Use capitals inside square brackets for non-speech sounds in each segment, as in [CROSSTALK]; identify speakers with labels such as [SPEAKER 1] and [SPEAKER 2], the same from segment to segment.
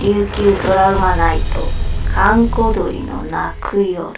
[SPEAKER 1] 琉球ドラマナイト閑古鳥の泣く夜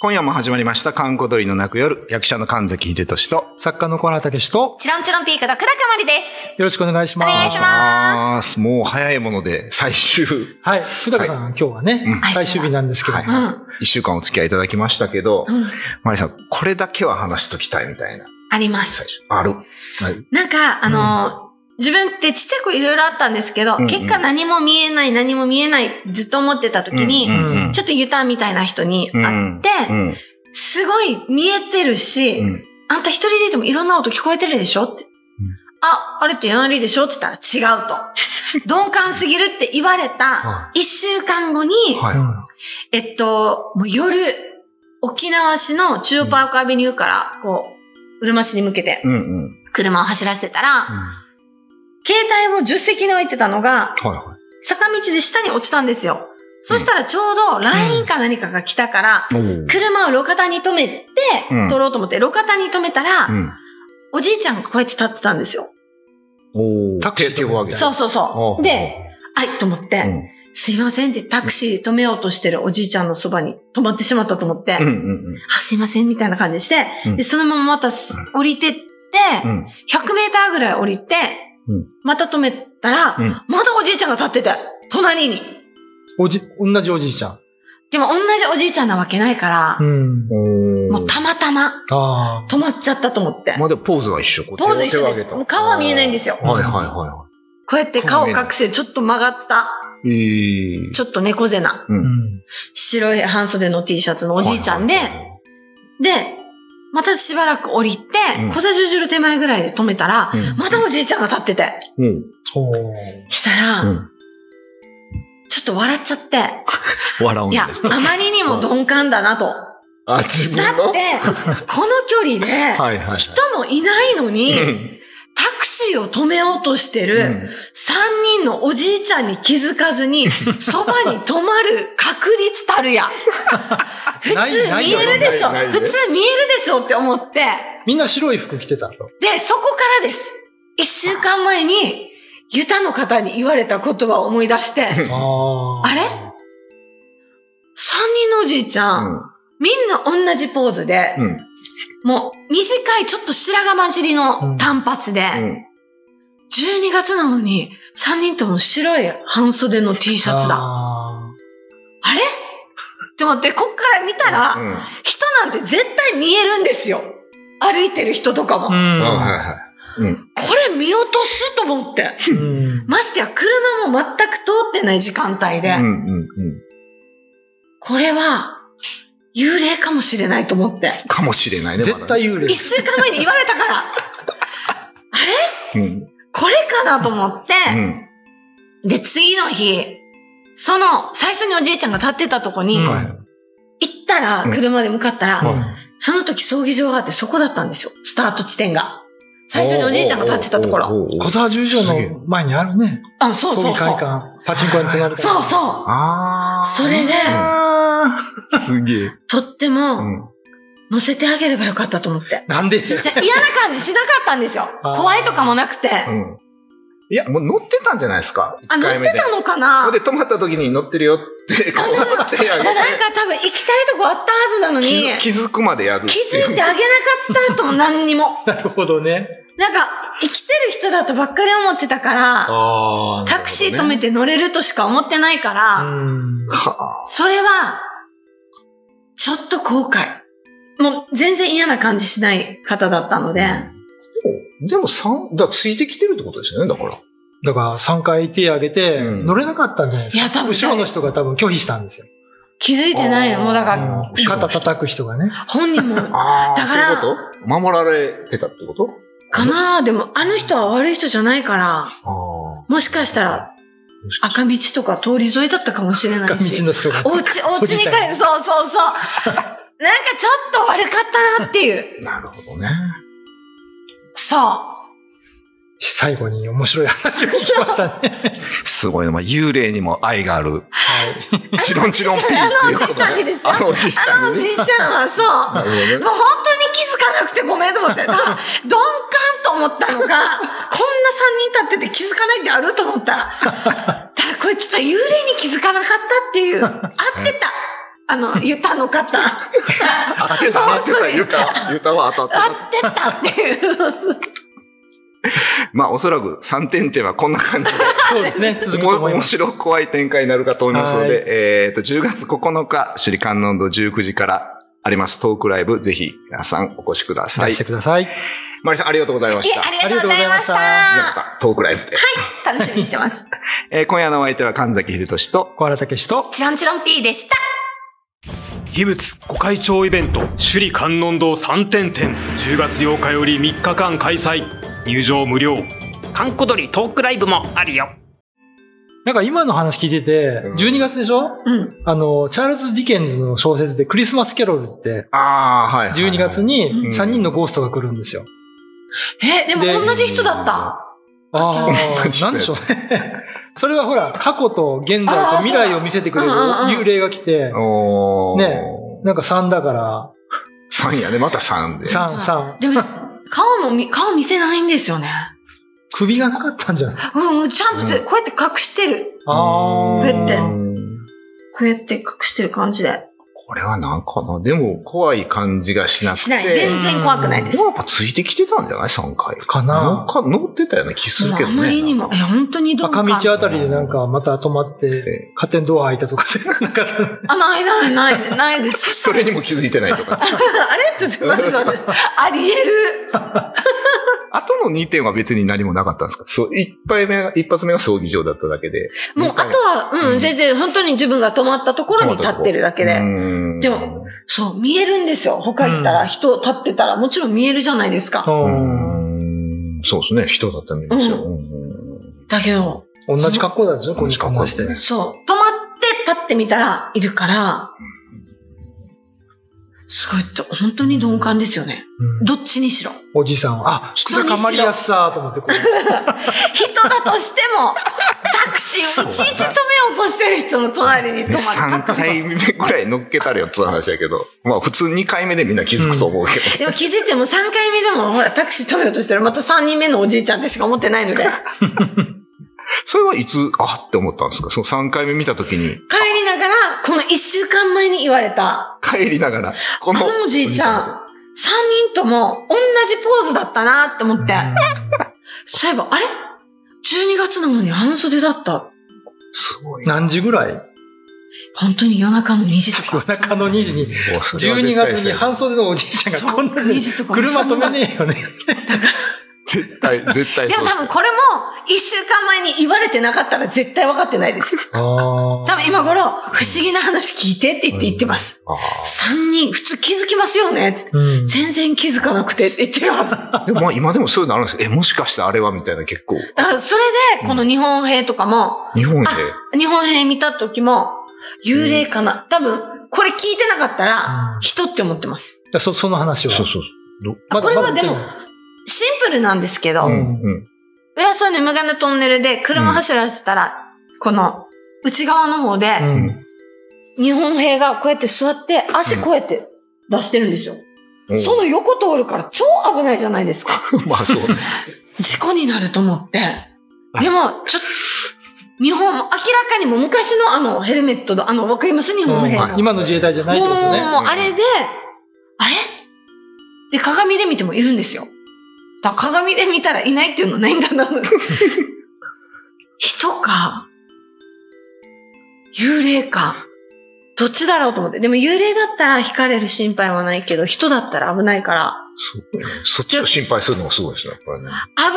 [SPEAKER 2] 今夜も始まりました、観光鳥の泣く夜、役者の神崎秀俊と、
[SPEAKER 3] 作家の小原武史と、
[SPEAKER 4] チロンチロンピークの倉かまりです。
[SPEAKER 3] よろしくお願いします。
[SPEAKER 4] お願いします
[SPEAKER 2] あーすもう早いもので、最終、 [LAUGHS]
[SPEAKER 3] はい。ふだかさん、今日はね、
[SPEAKER 2] うん
[SPEAKER 3] 最終日なんですけど、
[SPEAKER 2] はい
[SPEAKER 4] うん。
[SPEAKER 2] 一週間お付き合いいただきましたけど、
[SPEAKER 4] うん。
[SPEAKER 2] マリさん、これだけは話しときたいみたいな、
[SPEAKER 4] ありま
[SPEAKER 2] 最
[SPEAKER 4] す。
[SPEAKER 2] 初。ある。はい。
[SPEAKER 4] なんか、あのー自分ってちっちゃくいろいろあったんですけど、
[SPEAKER 2] うんうん
[SPEAKER 4] 結果何も見えない、何も見えない、ずっと思ってた時に、
[SPEAKER 2] うんうんうん
[SPEAKER 4] ちょっとユタみたいな人に会って、
[SPEAKER 2] うん。
[SPEAKER 4] すごい見えてるし、
[SPEAKER 2] うん。
[SPEAKER 4] あんた一人でいてもいろんな音聞こえてるでしょって。あ、あれってりでしょって言ったら違うと。
[SPEAKER 2] [LAUGHS]
[SPEAKER 4] 鈍感すぎるって言われ
[SPEAKER 2] は
[SPEAKER 4] た、一週間後に、
[SPEAKER 2] はい。
[SPEAKER 3] うん
[SPEAKER 4] えっと、もう夜、沖縄市の中央パークアベニューから、こう、うるま市に向けて
[SPEAKER 2] うんうん。うん
[SPEAKER 4] 車を走らせてたら、
[SPEAKER 2] は
[SPEAKER 4] 携帯を助手席に置いてたのが、
[SPEAKER 2] いは
[SPEAKER 4] 坂道で下に落ちたんですよ。そしたらちょうど LINE か何かが来たから、
[SPEAKER 2] い。おー
[SPEAKER 4] 車を路肩に止めて
[SPEAKER 2] うん、
[SPEAKER 4] 撮ろうと思って、路肩に止めた
[SPEAKER 2] う
[SPEAKER 4] ら、
[SPEAKER 2] ん。
[SPEAKER 4] おじいちゃんがこうやって立ってたんですよ。
[SPEAKER 2] おタ
[SPEAKER 3] タ
[SPEAKER 2] ク
[SPEAKER 3] ク
[SPEAKER 2] シ
[SPEAKER 3] シ
[SPEAKER 2] ー
[SPEAKER 3] ー
[SPEAKER 2] 手を挙げて。
[SPEAKER 4] そうそうそ
[SPEAKER 2] おー
[SPEAKER 4] う。で、、あいと思っ
[SPEAKER 2] う
[SPEAKER 4] て、
[SPEAKER 2] ん。
[SPEAKER 4] すいませんってタクシー止めようとしてるおじいちゃんのそばに止まってしまったと思って
[SPEAKER 2] うんう、ん
[SPEAKER 4] あ、すいません、みたいな感じでして、
[SPEAKER 2] うん
[SPEAKER 4] で、そのまままたす降りてって、
[SPEAKER 2] うん。うん。
[SPEAKER 4] 100メーターぐらい降りて、
[SPEAKER 2] うん
[SPEAKER 4] また止めたら、
[SPEAKER 2] うん
[SPEAKER 4] またおじいちゃんが立ってて、隣に。
[SPEAKER 3] おじ、同じおじいちゃん。
[SPEAKER 4] でも同じおじいちゃんなわけないから、
[SPEAKER 3] うん。
[SPEAKER 2] おー
[SPEAKER 4] もうたまたま
[SPEAKER 3] あ
[SPEAKER 4] 止まっちゃったと思って
[SPEAKER 2] ま。あでもポーズは一緒。こう
[SPEAKER 4] ポーズ一緒です
[SPEAKER 2] 手を挙げた
[SPEAKER 4] もう顔は見えないんですよ
[SPEAKER 2] あーはいはいは
[SPEAKER 4] こうやって顔を隠せ、ちょっと曲がった、
[SPEAKER 2] いはい。えー
[SPEAKER 4] ちょっと猫背な、
[SPEAKER 3] あ。うん。
[SPEAKER 4] 白い半袖の T シャツのおじいちゃんで、
[SPEAKER 2] はいはいはいはい
[SPEAKER 4] で、またしばらく降りて
[SPEAKER 2] うん、
[SPEAKER 4] 小さじゅじる手前ぐらいで止めたら、
[SPEAKER 2] うん
[SPEAKER 4] またおじいちゃんが立ってて。
[SPEAKER 2] うん。
[SPEAKER 3] おー
[SPEAKER 4] したら、
[SPEAKER 2] うん
[SPEAKER 4] ちょっと笑っちゃって、
[SPEAKER 2] 笑うん
[SPEAKER 4] い
[SPEAKER 2] だ
[SPEAKER 4] や、あまりにも鈍感だなと。
[SPEAKER 2] あ、自分
[SPEAKER 4] だ
[SPEAKER 2] の
[SPEAKER 4] って、この距離で、
[SPEAKER 2] いは
[SPEAKER 4] 人もいないのに、
[SPEAKER 2] うん
[SPEAKER 4] タクシーを止めようとしてる、3人のおじいちゃんに気づかず
[SPEAKER 2] [LAUGHS]
[SPEAKER 4] に、そばに止まる確率たるや。普通
[SPEAKER 3] ないない
[SPEAKER 4] 見
[SPEAKER 3] よ
[SPEAKER 4] えるでしょ。
[SPEAKER 2] ないないね
[SPEAKER 4] 普通見えるでしょって思って。
[SPEAKER 3] みんな白い服着てたの。
[SPEAKER 4] で、そこからです。一週間前に、ユタの方に言われた言葉を思い出して、3
[SPEAKER 3] あ
[SPEAKER 4] あれ人のおじいちゃん、みんな同じポーズで、
[SPEAKER 2] うん。うん。
[SPEAKER 4] もう短いちょっと白髪混じりの短髪で、
[SPEAKER 2] うん。
[SPEAKER 4] 12月なのに3人とも白い半袖の T シャツだ。あ
[SPEAKER 3] だ。
[SPEAKER 4] れって思って、こっから見たら、
[SPEAKER 2] うん。
[SPEAKER 4] 人なんて絶対見えるんですよ。歩いてる人とかも。
[SPEAKER 3] う
[SPEAKER 2] うん
[SPEAKER 3] ん。
[SPEAKER 2] はいはい。うん。
[SPEAKER 4] これ見落とすと
[SPEAKER 2] [LAUGHS]
[SPEAKER 4] 思って。
[SPEAKER 3] うん。
[SPEAKER 4] ましてや車も全く通ってない時間帯で、
[SPEAKER 2] うんうんうん。
[SPEAKER 4] これは幽霊かもしれないと思って。
[SPEAKER 2] かもしれないね。
[SPEAKER 3] 絶対幽霊
[SPEAKER 4] 一。週間前に言われたか
[SPEAKER 2] ま
[SPEAKER 4] ら、
[SPEAKER 2] だね。うん。
[SPEAKER 4] これかなと思って、
[SPEAKER 2] うん。
[SPEAKER 4] で、次の日、その、最初におじいちゃんが立ってたとこに、
[SPEAKER 3] うん
[SPEAKER 4] 行
[SPEAKER 2] はい
[SPEAKER 4] ったら、車で向かったら、
[SPEAKER 2] うん
[SPEAKER 4] その時葬儀場があってそこだったんですよ。スタート地点が。最初におじいちゃんが立ってたところ。。
[SPEAKER 3] 小沢十条の前にあるね。
[SPEAKER 4] あ、そう
[SPEAKER 3] 葬
[SPEAKER 4] そ
[SPEAKER 3] 儀
[SPEAKER 4] う
[SPEAKER 3] 会
[SPEAKER 4] そう。
[SPEAKER 3] 館、パチンコ屋の隣から
[SPEAKER 4] そうそ
[SPEAKER 2] あ
[SPEAKER 4] う。
[SPEAKER 2] あ。
[SPEAKER 4] それで、
[SPEAKER 3] あ
[SPEAKER 2] うん。すげえ。
[SPEAKER 4] とって
[SPEAKER 2] う
[SPEAKER 4] も、
[SPEAKER 2] ん。
[SPEAKER 4] 乗せてあげればよかったと思って
[SPEAKER 3] ー。。なんで [LAUGHS]
[SPEAKER 4] じ [LAUGHS] ゃあ嫌な感じしなかったんですよ。
[SPEAKER 3] あー
[SPEAKER 4] 怖いとかもなくて。
[SPEAKER 2] うん。いや、もう乗ってたんじゃないですか。
[SPEAKER 4] あ、
[SPEAKER 2] 一
[SPEAKER 4] 乗
[SPEAKER 2] 回
[SPEAKER 4] っ
[SPEAKER 2] 目
[SPEAKER 4] て
[SPEAKER 2] で。
[SPEAKER 4] たのかな
[SPEAKER 2] ここで止まった時に乗ってるよって、こう手
[SPEAKER 4] い
[SPEAKER 2] あ
[SPEAKER 4] やなんか多分行きたいとこあったはずなのに、
[SPEAKER 2] げて。
[SPEAKER 4] 気
[SPEAKER 2] 気づくまでやる。
[SPEAKER 4] づいてあげなかったとも何に [LAUGHS] も。
[SPEAKER 3] なるほどね。
[SPEAKER 4] なんか、生きてる人だとばっかり思ってたから、
[SPEAKER 3] あ
[SPEAKER 4] タクシー止めて乗れるとしか思ってないか
[SPEAKER 3] う
[SPEAKER 4] ら、
[SPEAKER 3] ん。
[SPEAKER 2] は
[SPEAKER 4] それは、ちょっと後悔。もう全然嫌な感じしない方だったので、
[SPEAKER 2] あ。でも3、だからついてきてるってことですよね、だから。
[SPEAKER 3] だから3回手挙げて、
[SPEAKER 2] うん
[SPEAKER 3] 乗れなかったんじゃないですか。
[SPEAKER 4] いや多分
[SPEAKER 3] 後ろの人が多分拒否したんですよ。
[SPEAKER 4] 気づいてないよ。もうだから、
[SPEAKER 3] あの肩叩く人がね。
[SPEAKER 4] 本人も、
[SPEAKER 2] ああ、
[SPEAKER 4] だから
[SPEAKER 2] そういうこと守られてたってこと
[SPEAKER 4] かなでも、あの人は悪い人じゃないか
[SPEAKER 2] あ
[SPEAKER 4] ら、もしかしたら、
[SPEAKER 2] もしか
[SPEAKER 4] 赤道とか通り沿いだったかもしれな
[SPEAKER 3] 道
[SPEAKER 4] いし、
[SPEAKER 3] の人が。
[SPEAKER 4] お家、お家に帰
[SPEAKER 3] おじいちゃん
[SPEAKER 4] る、そうそうそう。なんか
[SPEAKER 3] [LAUGHS]
[SPEAKER 4] ちょっと悪かったなっていう。
[SPEAKER 2] あ。なるほどね。
[SPEAKER 4] そう。
[SPEAKER 3] 最後に面白い話を聞きました
[SPEAKER 4] [LAUGHS]
[SPEAKER 3] ね。
[SPEAKER 2] すごいな。まあ、幽霊にも愛がある。
[SPEAKER 3] はい。
[SPEAKER 2] チロンチロンピーっていうこと
[SPEAKER 4] あのおじいちゃんにですよ
[SPEAKER 2] あのおじいちゃん
[SPEAKER 4] あのお
[SPEAKER 2] に
[SPEAKER 4] じ
[SPEAKER 2] ね
[SPEAKER 4] いちゃんはそ
[SPEAKER 2] なるほ
[SPEAKER 4] う。
[SPEAKER 2] どね
[SPEAKER 4] もう本当に気づかなくてごめんと思 [LAUGHS] って。だから、鈍感と思ったのが、こんな3人立ってて気づかないってあると思ったら、だからこいれちょっと幽霊に気づかなかったっていう。合ってた。あの、ユタの [LAUGHS] 方。合っ
[SPEAKER 3] 当てた、当てた、ゆか、ゆたは当たった。
[SPEAKER 4] てたっていう。
[SPEAKER 2] まあ、おそらく3点点はこんな感じで。
[SPEAKER 3] そうですね、続くと思います。
[SPEAKER 2] 面白怖い展開になるかと思いますの
[SPEAKER 3] はい
[SPEAKER 2] で、えっと、10月9日、首里観音堂19時からありますトークライブ、ぜひ皆さんお越しください
[SPEAKER 3] して。ください。
[SPEAKER 2] マリさん、ありがとうございま
[SPEAKER 4] いえ
[SPEAKER 2] した。
[SPEAKER 4] ありがとうございました。
[SPEAKER 3] ありが
[SPEAKER 2] じゃあまたトークライブで。
[SPEAKER 4] 楽しみにしてます。
[SPEAKER 2] えー今夜のお相手は神崎秀俊と、
[SPEAKER 3] 小原武史と、
[SPEAKER 4] チロンチロン P でした。
[SPEAKER 5] 秘仏御開帳イベント首里観音堂3点店10月8日より3日間開催入場無料かんこ鳥トークライブもあるよ
[SPEAKER 3] なんか今の話聞いてて
[SPEAKER 2] うん、
[SPEAKER 3] 12月でしょ
[SPEAKER 4] うん。
[SPEAKER 3] あの、チャールズ・ディケンズの小説でクリスマス・キャロルって、
[SPEAKER 2] ああ、はい
[SPEAKER 3] 12月
[SPEAKER 4] うん
[SPEAKER 3] に3人のゴーストが来るんですよ。
[SPEAKER 4] え、でも
[SPEAKER 3] で
[SPEAKER 4] 同じ人だった。
[SPEAKER 3] あ
[SPEAKER 2] 同
[SPEAKER 3] あ、
[SPEAKER 2] じ人
[SPEAKER 3] [LAUGHS] なんでしょうね。それはほら、過去と現代と未来を見せてくれる
[SPEAKER 4] あーそうだ
[SPEAKER 3] 幽霊が来て、
[SPEAKER 2] おー。
[SPEAKER 3] ねなんか3だから、
[SPEAKER 2] 3やね、また3で。
[SPEAKER 3] 3、3。
[SPEAKER 4] でも、顔もみ、顔見せないんですよね。
[SPEAKER 3] 首がなかったんじゃない
[SPEAKER 4] うんうん、ちゃんとて、
[SPEAKER 2] う
[SPEAKER 4] こうやって隠してる。
[SPEAKER 3] ああ。
[SPEAKER 4] こうやって
[SPEAKER 2] うん
[SPEAKER 4] こうやって隠してる感じで。
[SPEAKER 2] これはなんかなでも、怖い感じがしなくて。
[SPEAKER 4] しない。全然怖くないです
[SPEAKER 2] も。うやっぱついてきてたんじゃない ?3 回。
[SPEAKER 3] かな
[SPEAKER 2] 乗っか乗ってたような気するけど
[SPEAKER 4] あ
[SPEAKER 2] ね。
[SPEAKER 4] まりにも、いや、本当にどうか。
[SPEAKER 3] 赤道あたりでなんかまた止まって、勝手にドア開いたとかじゃなかった。
[SPEAKER 4] あ、ないないない、ないです。
[SPEAKER 2] それにも気づいてないとか。[LAUGHS]
[SPEAKER 4] [LAUGHS] あれちょっと待って待って。 [LAUGHS] ありえる。
[SPEAKER 2] あとの2点は別に何もなかったんですかそう、1杯目が、一発目が葬儀場だっただけで。
[SPEAKER 4] もう、あとは、
[SPEAKER 2] う
[SPEAKER 4] うんん、全然、本当に自分が止まったところに立ってるだけで。
[SPEAKER 2] で
[SPEAKER 4] でも、そう、見えるんですよ。他行った
[SPEAKER 3] う
[SPEAKER 4] ら、
[SPEAKER 3] ん
[SPEAKER 4] 人立ってたら、もちろん見えるじゃないですか。
[SPEAKER 2] [LAUGHS] う
[SPEAKER 3] う
[SPEAKER 2] ん、
[SPEAKER 3] ん
[SPEAKER 2] そうですね、人だったんですよ。
[SPEAKER 4] う
[SPEAKER 2] うん
[SPEAKER 4] だけど、
[SPEAKER 3] 同じ格好だでしょ、こ
[SPEAKER 2] 同
[SPEAKER 3] っ
[SPEAKER 2] じ
[SPEAKER 3] ち
[SPEAKER 2] 格好
[SPEAKER 3] こ
[SPEAKER 2] で
[SPEAKER 3] して
[SPEAKER 2] す。ね。
[SPEAKER 4] そう、止まって、パッて見たら、いるから、すごいと、本当に鈍感ですよね。
[SPEAKER 3] うん
[SPEAKER 4] どっちにしろ。
[SPEAKER 3] おじさんは、あ、人
[SPEAKER 4] 人にしろ
[SPEAKER 3] がかまりやすさと思ってこう、
[SPEAKER 4] 人だとしても、タクシーをいちいち止めようとしてる人の隣に止ま
[SPEAKER 2] 3
[SPEAKER 4] る。
[SPEAKER 2] 回目ぐらい乗っけたらよっつう話だけど、まあ普通2回目でみんな気づくと思うけど。
[SPEAKER 4] でも気づいても3回目でも、ほら、タクシー止めようとしてる。また3人目のおじいちゃんってしか思ってないので。帰
[SPEAKER 2] それはいつ、あって思ったんですかその3回目見たときに、
[SPEAKER 4] りながら、この1週間前に言われた、
[SPEAKER 2] 帰りながら、こ
[SPEAKER 4] あ
[SPEAKER 2] の、
[SPEAKER 4] のおじいちゃん、3人とも同じポーズだったなって思って。そういえば、あれ ?12 月なのに半袖だった。
[SPEAKER 2] すごい。
[SPEAKER 3] 何時ぐらい
[SPEAKER 4] 本当に夜中の2時と
[SPEAKER 3] 夜
[SPEAKER 4] か。
[SPEAKER 3] 中の2時に、12
[SPEAKER 2] 12
[SPEAKER 3] 月に半袖のおじいちゃんがこんな
[SPEAKER 4] そう
[SPEAKER 3] 時
[SPEAKER 4] 2
[SPEAKER 3] で
[SPEAKER 4] 時とか
[SPEAKER 3] 車止めねえよね。
[SPEAKER 2] 絶対、絶対
[SPEAKER 4] で
[SPEAKER 2] そ
[SPEAKER 4] も
[SPEAKER 2] うです
[SPEAKER 4] 多分これも1週間前に言われてなかったら絶対分かってないです。
[SPEAKER 3] あ
[SPEAKER 4] 多分今頃、不思議な話聞いてって言って言ってます。
[SPEAKER 2] あー
[SPEAKER 4] 3人、普通気づきますよねって
[SPEAKER 3] うん。
[SPEAKER 4] 全然気づかなくてって言ってるはず。だ
[SPEAKER 2] でもまあ今でもそういうのあるんですけど、え、もしかしてあれはみたいな結構、
[SPEAKER 4] からそれで、この日本兵とかも、
[SPEAKER 2] 日本で。
[SPEAKER 4] 日本兵見た時も、幽霊かな。多分、これ聞いてなかった
[SPEAKER 3] う
[SPEAKER 4] ら
[SPEAKER 3] ん、
[SPEAKER 4] 人って思ってます。
[SPEAKER 3] じゃあそ、その話は。
[SPEAKER 2] そうそう。
[SPEAKER 4] あこれはでも
[SPEAKER 3] まだ
[SPEAKER 4] シンプルなんですけど、
[SPEAKER 2] うんん。
[SPEAKER 4] 浦添の無我のトンネルで車走らせたら、この内側の方
[SPEAKER 3] う
[SPEAKER 4] で、
[SPEAKER 3] ん。
[SPEAKER 4] 日本兵がこうやって座って、足こうやって出してるんですよ。
[SPEAKER 2] うん。
[SPEAKER 4] その横通るから超危ないじゃないですか。
[SPEAKER 2] うん [LAUGHS] まあそう。
[SPEAKER 4] 事故になると思って。でも、ちょっと、日本、明らかにもう昔のあのヘルメットの、あの、わかります日本兵
[SPEAKER 3] うん
[SPEAKER 4] の。も
[SPEAKER 2] は
[SPEAKER 4] う
[SPEAKER 2] い
[SPEAKER 3] 今の自衛隊じゃないってことです
[SPEAKER 4] もう
[SPEAKER 3] ね。
[SPEAKER 4] もうあれで、あれで、鏡で見てもいるんですよ。だから鏡で見たらいないっていうのないんだ
[SPEAKER 3] [LAUGHS]
[SPEAKER 4] な。人か、幽霊か、どっちだろうと思って。でも幽霊だったら惹かれる心配はないけど、人だったら危ないから。
[SPEAKER 2] そうねそっちを心配するのもすごいですね、やっぱりね。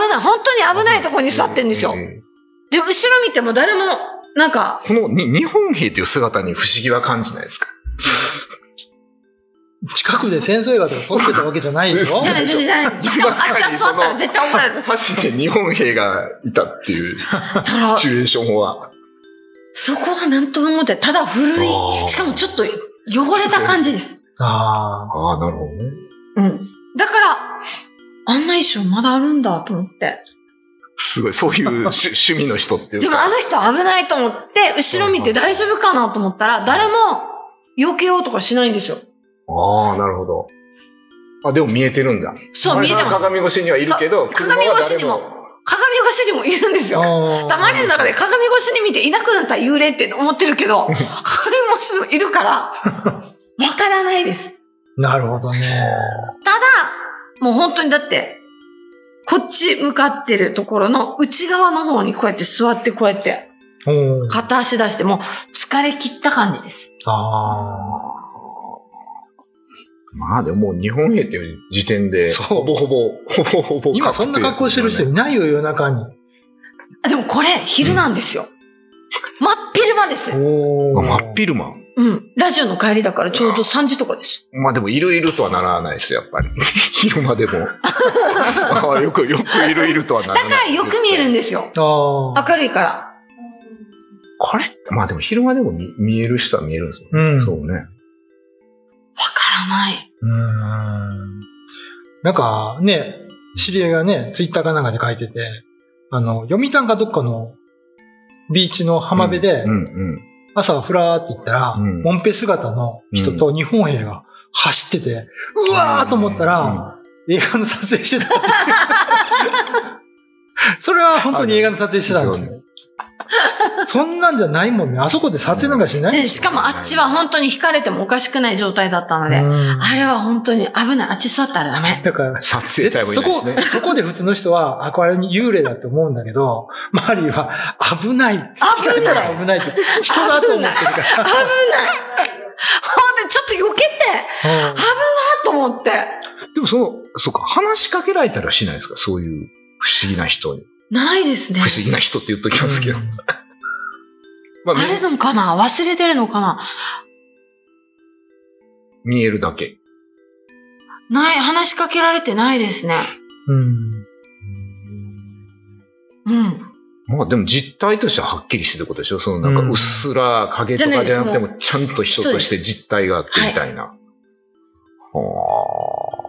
[SPEAKER 4] 危ない、本当に危ないとこに座ってんですよ。
[SPEAKER 2] う
[SPEAKER 4] で、後ろ見ても誰も、なんか、
[SPEAKER 2] このに日本兵っていう姿に不思議は感じないです
[SPEAKER 4] [LAUGHS]
[SPEAKER 2] か
[SPEAKER 3] 近くで戦争映画とか撮ってたわけじゃないでしょ
[SPEAKER 4] じゃないじゃないじゃない。
[SPEAKER 2] し
[SPEAKER 4] でもあっちは座ったら絶対怒られる。だ
[SPEAKER 2] 箸で日本兵がいたっていう
[SPEAKER 4] から
[SPEAKER 2] シチュエーションは。
[SPEAKER 4] そこはなんとも思って、ただ古い、しかもちょっと汚れた感じです。
[SPEAKER 3] あ
[SPEAKER 2] ああ、なるほどね。
[SPEAKER 4] うん。だから、あんな衣装まだあるんだと思って。
[SPEAKER 2] すごい、そう
[SPEAKER 4] [LAUGHS]
[SPEAKER 2] いう趣趣味の人っていうか。
[SPEAKER 4] でもあの人危ないと思って、後ろ見て大丈夫かなと思ったら、誰も避けようとかしないんですよ。
[SPEAKER 2] ああ、なるほど。あ、でも見えてるんだ。
[SPEAKER 4] そう見えてます
[SPEAKER 2] 鏡越しにはいるけど、
[SPEAKER 4] そう鏡越しに
[SPEAKER 2] 車は
[SPEAKER 4] も
[SPEAKER 2] 誰も
[SPEAKER 4] 鏡越しにもいるんですですよ。黙りの中で鏡越しに見ていなくなったら幽霊って思ってるけ [LAUGHS] ど、鏡越しのいるから、わからないです。
[SPEAKER 3] なるほどね。
[SPEAKER 4] ただ、もう本当にだって、こっち向かってるところの内側の方にこうやって座ってこうやって
[SPEAKER 3] うん。
[SPEAKER 4] 片足出してもう疲れ切った感じです。
[SPEAKER 3] あ
[SPEAKER 2] まあでももう日本兵っていう時点で、
[SPEAKER 3] そう
[SPEAKER 2] ほぼほぼ、ほぼほぼ。
[SPEAKER 3] ー今そんな格好してる人いないよ、夜中に。
[SPEAKER 4] あでもこれ昼なんですよ。真っ昼間です。
[SPEAKER 2] あ
[SPEAKER 3] おお。
[SPEAKER 2] 真っ昼間。
[SPEAKER 4] うん。ラジオの帰りだからちょうど3時とかです。
[SPEAKER 2] まあでも、いるいるとはならないです、やっぱり。 [LAUGHS] 昼間
[SPEAKER 4] [LAUGHS]
[SPEAKER 2] でも。ああよく、よくいるいるとはならな
[SPEAKER 4] だ
[SPEAKER 2] い。
[SPEAKER 4] からよく見えるんですよ。
[SPEAKER 3] ああ。
[SPEAKER 4] 明るいから。
[SPEAKER 2] これまあでも昼間でも見見える人は見えるんですよね。
[SPEAKER 3] うん。
[SPEAKER 2] そう
[SPEAKER 3] う。
[SPEAKER 2] ね。
[SPEAKER 4] わからない。
[SPEAKER 3] ん。なんか、ね、知り合いがね、ツイッターかなんかで書いてて、あの、読谷かどっかのビーチの浜辺で
[SPEAKER 2] う、んうん。
[SPEAKER 3] 朝ふらーって行ったら、
[SPEAKER 2] うん
[SPEAKER 3] モンペ姿の人と日本兵が走ってて、うわーと思ったら、映画の撮影してた。 [LAUGHS] それは本当に映画の撮影してたんですよ。そんなんじゃないもんね。あそこで撮影なんかしない
[SPEAKER 4] でしかもあっちは本当に惹かれてもおかしくない状態だったので、
[SPEAKER 3] うん
[SPEAKER 4] あれは本当に危ない。あっち座ったらダメ。
[SPEAKER 3] だから、
[SPEAKER 2] 撮影タイムい
[SPEAKER 3] そ
[SPEAKER 2] ない
[SPEAKER 3] こ、
[SPEAKER 2] ですね。
[SPEAKER 3] そこで普通の人は、あ、これに幽霊だと思うんだけど、マリーは危ない。
[SPEAKER 4] 危ない
[SPEAKER 3] だから危ないって。人だと思ってる
[SPEAKER 2] [LAUGHS]
[SPEAKER 4] 危ない。ほんで、ちょっと避けて、
[SPEAKER 3] から。うん
[SPEAKER 4] あと思って。
[SPEAKER 2] でもその、そうか、話しかけられたりはしないですかそういう不思議な人に。
[SPEAKER 4] ないですね
[SPEAKER 2] 不。思議な人って言っときますけど。まあ
[SPEAKER 4] あれのかな忘れてるのかな
[SPEAKER 2] 見、見えるだけ。
[SPEAKER 4] ない、話しかけられてないですね。
[SPEAKER 3] うん。
[SPEAKER 4] うん。
[SPEAKER 2] まあでも実態としてははっきりしてることでしょそのなんか
[SPEAKER 3] うん
[SPEAKER 2] うっすら影とかじゃなくても
[SPEAKER 4] じゃない
[SPEAKER 2] ちゃんと人として実態があってみたいな。は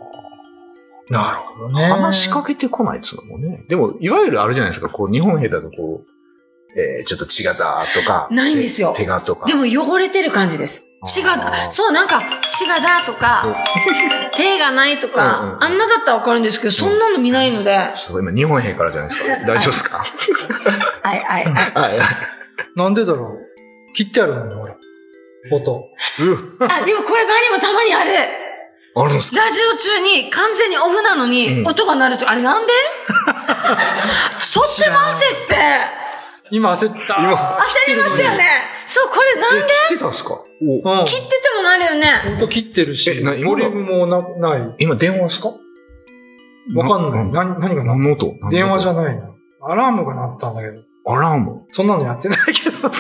[SPEAKER 3] なるほど
[SPEAKER 2] あ
[SPEAKER 3] ね。
[SPEAKER 2] 話しかけてこないっつうのもね。でも、いわゆるあるじゃないですか。こう、日本兵だとこう、えー、ちょっと血がだとか。
[SPEAKER 4] ないんですよ
[SPEAKER 2] 手手がとか。
[SPEAKER 4] でも汚れてる感じです。血
[SPEAKER 2] あ
[SPEAKER 4] が、
[SPEAKER 2] ー
[SPEAKER 4] そう、なんか血がだ
[SPEAKER 2] [LAUGHS]
[SPEAKER 4] とか、手がないとか、
[SPEAKER 2] うんうんうん
[SPEAKER 4] あんなだったらわかるんですけど、そんなの見ないので、はい
[SPEAKER 2] そう、今日本兵からじゃないですか。大丈夫ですか
[SPEAKER 4] はいはい。
[SPEAKER 2] はい。
[SPEAKER 3] なんでだろう切ってあるのに、ほら。音。
[SPEAKER 2] う
[SPEAKER 4] あ、でもこれ周りもたまにある。
[SPEAKER 2] あるんですか
[SPEAKER 4] ラジオ中に完全にオフなのに、
[SPEAKER 2] うん
[SPEAKER 4] 音が鳴ると、あれなん [LAUGHS] でとっても焦って、
[SPEAKER 3] 今焦った。
[SPEAKER 2] 今
[SPEAKER 4] 焦りますよね。そう、これなんで
[SPEAKER 2] 切ってたんですかお
[SPEAKER 3] うん。
[SPEAKER 4] 切っててもなるよね。
[SPEAKER 3] 本当切ってる
[SPEAKER 2] え
[SPEAKER 3] し、ボ
[SPEAKER 2] な
[SPEAKER 3] リ
[SPEAKER 2] 今の
[SPEAKER 3] ュームもなない。
[SPEAKER 2] 今電話ですか
[SPEAKER 3] わかんない。
[SPEAKER 2] な
[SPEAKER 3] 何、何
[SPEAKER 2] 何
[SPEAKER 3] がな
[SPEAKER 2] の音
[SPEAKER 3] 電話じゃ
[SPEAKER 2] ん。
[SPEAKER 3] ないの。アラームが鳴ったんだけど。
[SPEAKER 2] アラーム。
[SPEAKER 3] そんなのやってないけ [LAUGHS] ど。
[SPEAKER 2] へ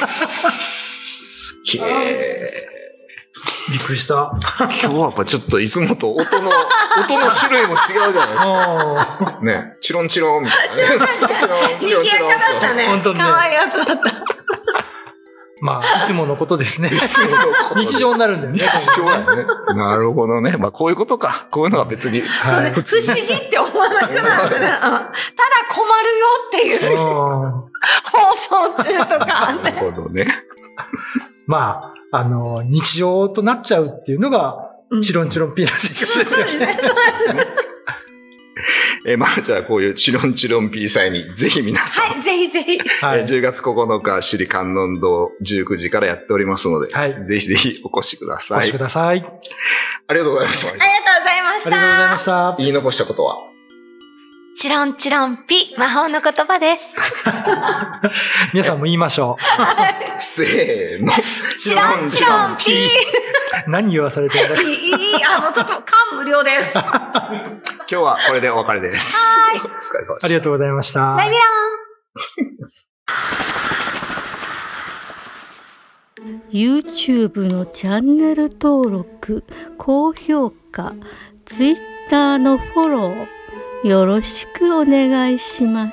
[SPEAKER 2] え。
[SPEAKER 3] びっくりした。
[SPEAKER 2] [LAUGHS] 今日はやっぱちょっといつもと音
[SPEAKER 4] [LAUGHS]
[SPEAKER 2] の、音の種類も違うじゃないですか。
[SPEAKER 3] あ
[SPEAKER 2] ね。チロンチロンみたいなね。 [LAUGHS] チロンチロ
[SPEAKER 4] 賑
[SPEAKER 2] ンチロン
[SPEAKER 4] やかだったね。
[SPEAKER 3] 本当にね
[SPEAKER 4] 可愛かった。
[SPEAKER 3] ーまあ、いつものことですね。日
[SPEAKER 2] 日
[SPEAKER 3] 常になるんだよね。
[SPEAKER 2] 日常やね。なるほどね。まあこういうことか。こういうのは別に。
[SPEAKER 4] そう
[SPEAKER 2] は
[SPEAKER 4] ね
[SPEAKER 2] い。
[SPEAKER 4] 不思議って思わなく [LAUGHS] なるね。うんただ困るよっていう
[SPEAKER 3] うん
[SPEAKER 4] 放送中とかあ
[SPEAKER 2] な
[SPEAKER 4] ん [LAUGHS] ね。
[SPEAKER 2] るほどね。
[SPEAKER 3] まあ、あの、日常となっちゃうっていうのが、
[SPEAKER 4] うん
[SPEAKER 3] チロンチロンピーナッツ
[SPEAKER 4] そう
[SPEAKER 3] ですよね。
[SPEAKER 4] ね
[SPEAKER 2] えーまあじゃあこういうチロンチロン P 祭にぜひ皆さん、
[SPEAKER 4] [LAUGHS] はい、ぜひぜひ。
[SPEAKER 3] は
[SPEAKER 2] えー
[SPEAKER 3] い。
[SPEAKER 2] 10月9日、首里観音堂19時からやっておりますので、
[SPEAKER 3] はい
[SPEAKER 2] ぜひぜひお越しくだ
[SPEAKER 3] お
[SPEAKER 2] さ
[SPEAKER 3] 越
[SPEAKER 2] い
[SPEAKER 3] しく。ださい。ありがと
[SPEAKER 2] ありがとうございまし
[SPEAKER 4] あ
[SPEAKER 2] た。
[SPEAKER 4] りがとうございまし
[SPEAKER 3] うございま
[SPEAKER 4] た。
[SPEAKER 3] した。
[SPEAKER 2] 言い残したことは
[SPEAKER 4] チロンチロンピ、魔法の言葉です。
[SPEAKER 3] 皆さんも言いましょ
[SPEAKER 2] せーの。
[SPEAKER 4] チロンチロンピ
[SPEAKER 3] う。何言わされてるん
[SPEAKER 4] [LAUGHS]
[SPEAKER 3] だか
[SPEAKER 4] いい、いい、あの、ちょっと感無量 [LAUGHS] です。バ
[SPEAKER 2] 今日はこれでお別れです。お疲れ様でした
[SPEAKER 3] あり。がとうございました。
[SPEAKER 4] イビラン。
[SPEAKER 6] YouTube のチャンネル登録高評価 Twitter のフォローよろしくお願いします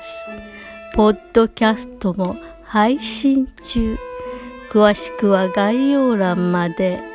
[SPEAKER 6] ポッドキャストも配信中詳しくは概要欄まで。